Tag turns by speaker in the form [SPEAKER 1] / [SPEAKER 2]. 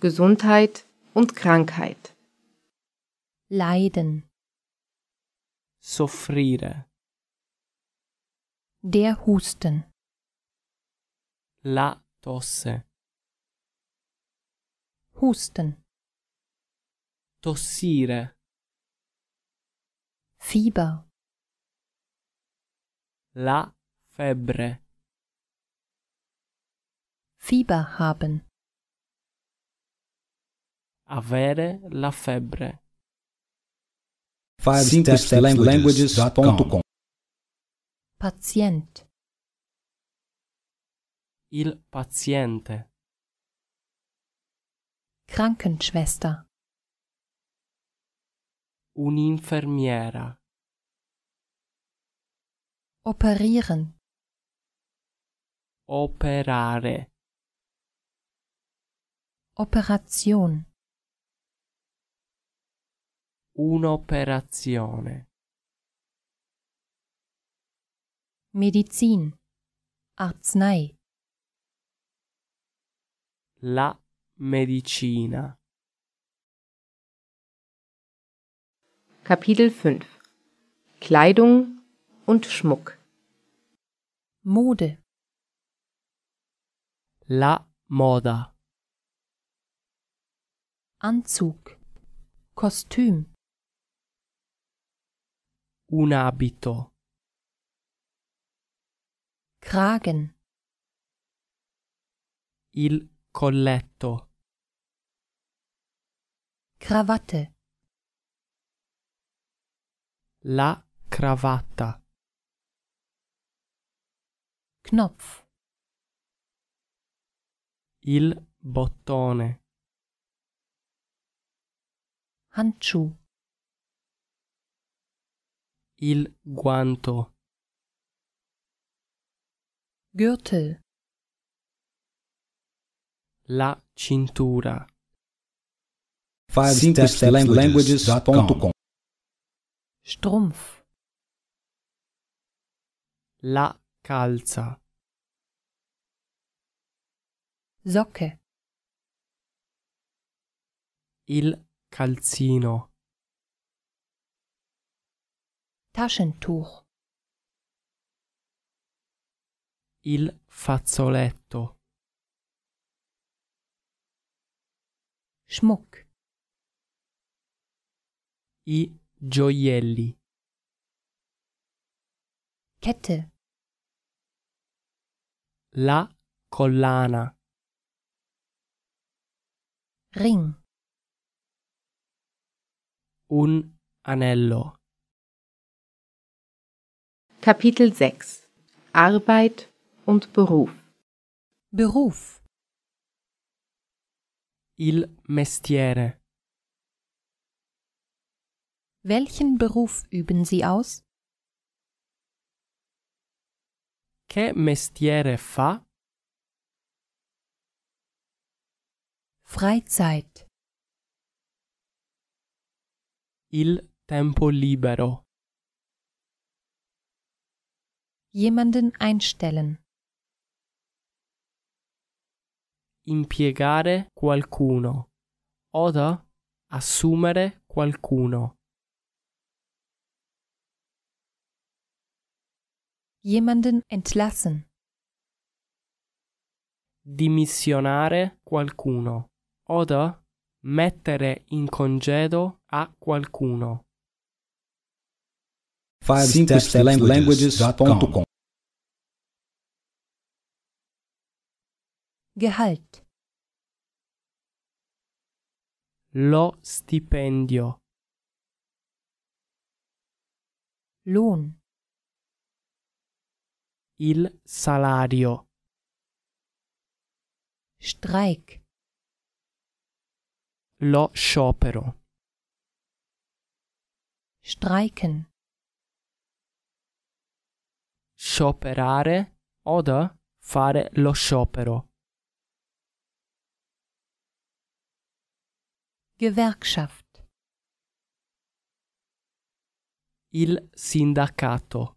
[SPEAKER 1] Gesundheit und Krankheit.
[SPEAKER 2] Leiden.
[SPEAKER 3] soffrire,
[SPEAKER 2] Der Husten.
[SPEAKER 3] la tosse,
[SPEAKER 2] Husten.
[SPEAKER 3] tossire,
[SPEAKER 2] Fieber.
[SPEAKER 3] la febbre,
[SPEAKER 2] Fieber haben.
[SPEAKER 3] avere la febbre,
[SPEAKER 4] 5stepslanguages.com
[SPEAKER 2] Patient.
[SPEAKER 3] il paziente,
[SPEAKER 2] Krankenschwester.
[SPEAKER 3] un'infermiera,
[SPEAKER 2] Operieren.
[SPEAKER 3] operare,
[SPEAKER 2] Operation.
[SPEAKER 3] un'operazione,
[SPEAKER 2] Medizin. Arznei.
[SPEAKER 3] la medicina,
[SPEAKER 1] Kapitel 5 Kleidung und Schmuck.
[SPEAKER 2] Mode.
[SPEAKER 3] la moda,
[SPEAKER 2] Anzug. Kostüm.
[SPEAKER 3] un abito,
[SPEAKER 2] Kragen.
[SPEAKER 3] il colletto,
[SPEAKER 2] Krawatte.
[SPEAKER 3] la cravatta,
[SPEAKER 2] Knopf.
[SPEAKER 3] il bottone,
[SPEAKER 2] Handschuh.
[SPEAKER 3] il guanto,
[SPEAKER 2] Gürtel.
[SPEAKER 3] la cintura,
[SPEAKER 4] 5stepslanguages.com
[SPEAKER 2] Strumpf.
[SPEAKER 3] la calza,
[SPEAKER 2] Socke.
[SPEAKER 3] il calzino,
[SPEAKER 2] Taschentuch.
[SPEAKER 3] il fazzoletto.
[SPEAKER 2] Schmuck.
[SPEAKER 3] i gioielli,
[SPEAKER 2] Kette.
[SPEAKER 3] la collana,
[SPEAKER 2] Ring.
[SPEAKER 3] un anello,
[SPEAKER 1] Kapitel 6 Arbeit und Beruf.
[SPEAKER 2] Beruf.
[SPEAKER 3] il mestiere,
[SPEAKER 2] Welchen Beruf üben Sie aus?
[SPEAKER 3] che mestiere fa?
[SPEAKER 2] Freizeit.
[SPEAKER 3] Il tempo libero,
[SPEAKER 2] Jemanden einstellen.
[SPEAKER 3] impiegare qualcuno, oda assumere qualcuno,
[SPEAKER 2] Jemanden entlassen.
[SPEAKER 3] dimissionare qualcuno, oda mettere in congedo a qualcuno,
[SPEAKER 4] 5stepslanguages.com
[SPEAKER 2] Gehalt.
[SPEAKER 3] lo stipendio,
[SPEAKER 2] Lohn.
[SPEAKER 3] il salario,
[SPEAKER 2] Streik.
[SPEAKER 3] lo sciopero,
[SPEAKER 2] Streiken.
[SPEAKER 3] scioperare, oda fare lo sciopero.
[SPEAKER 2] Gewerkschaft.
[SPEAKER 3] il sindacato,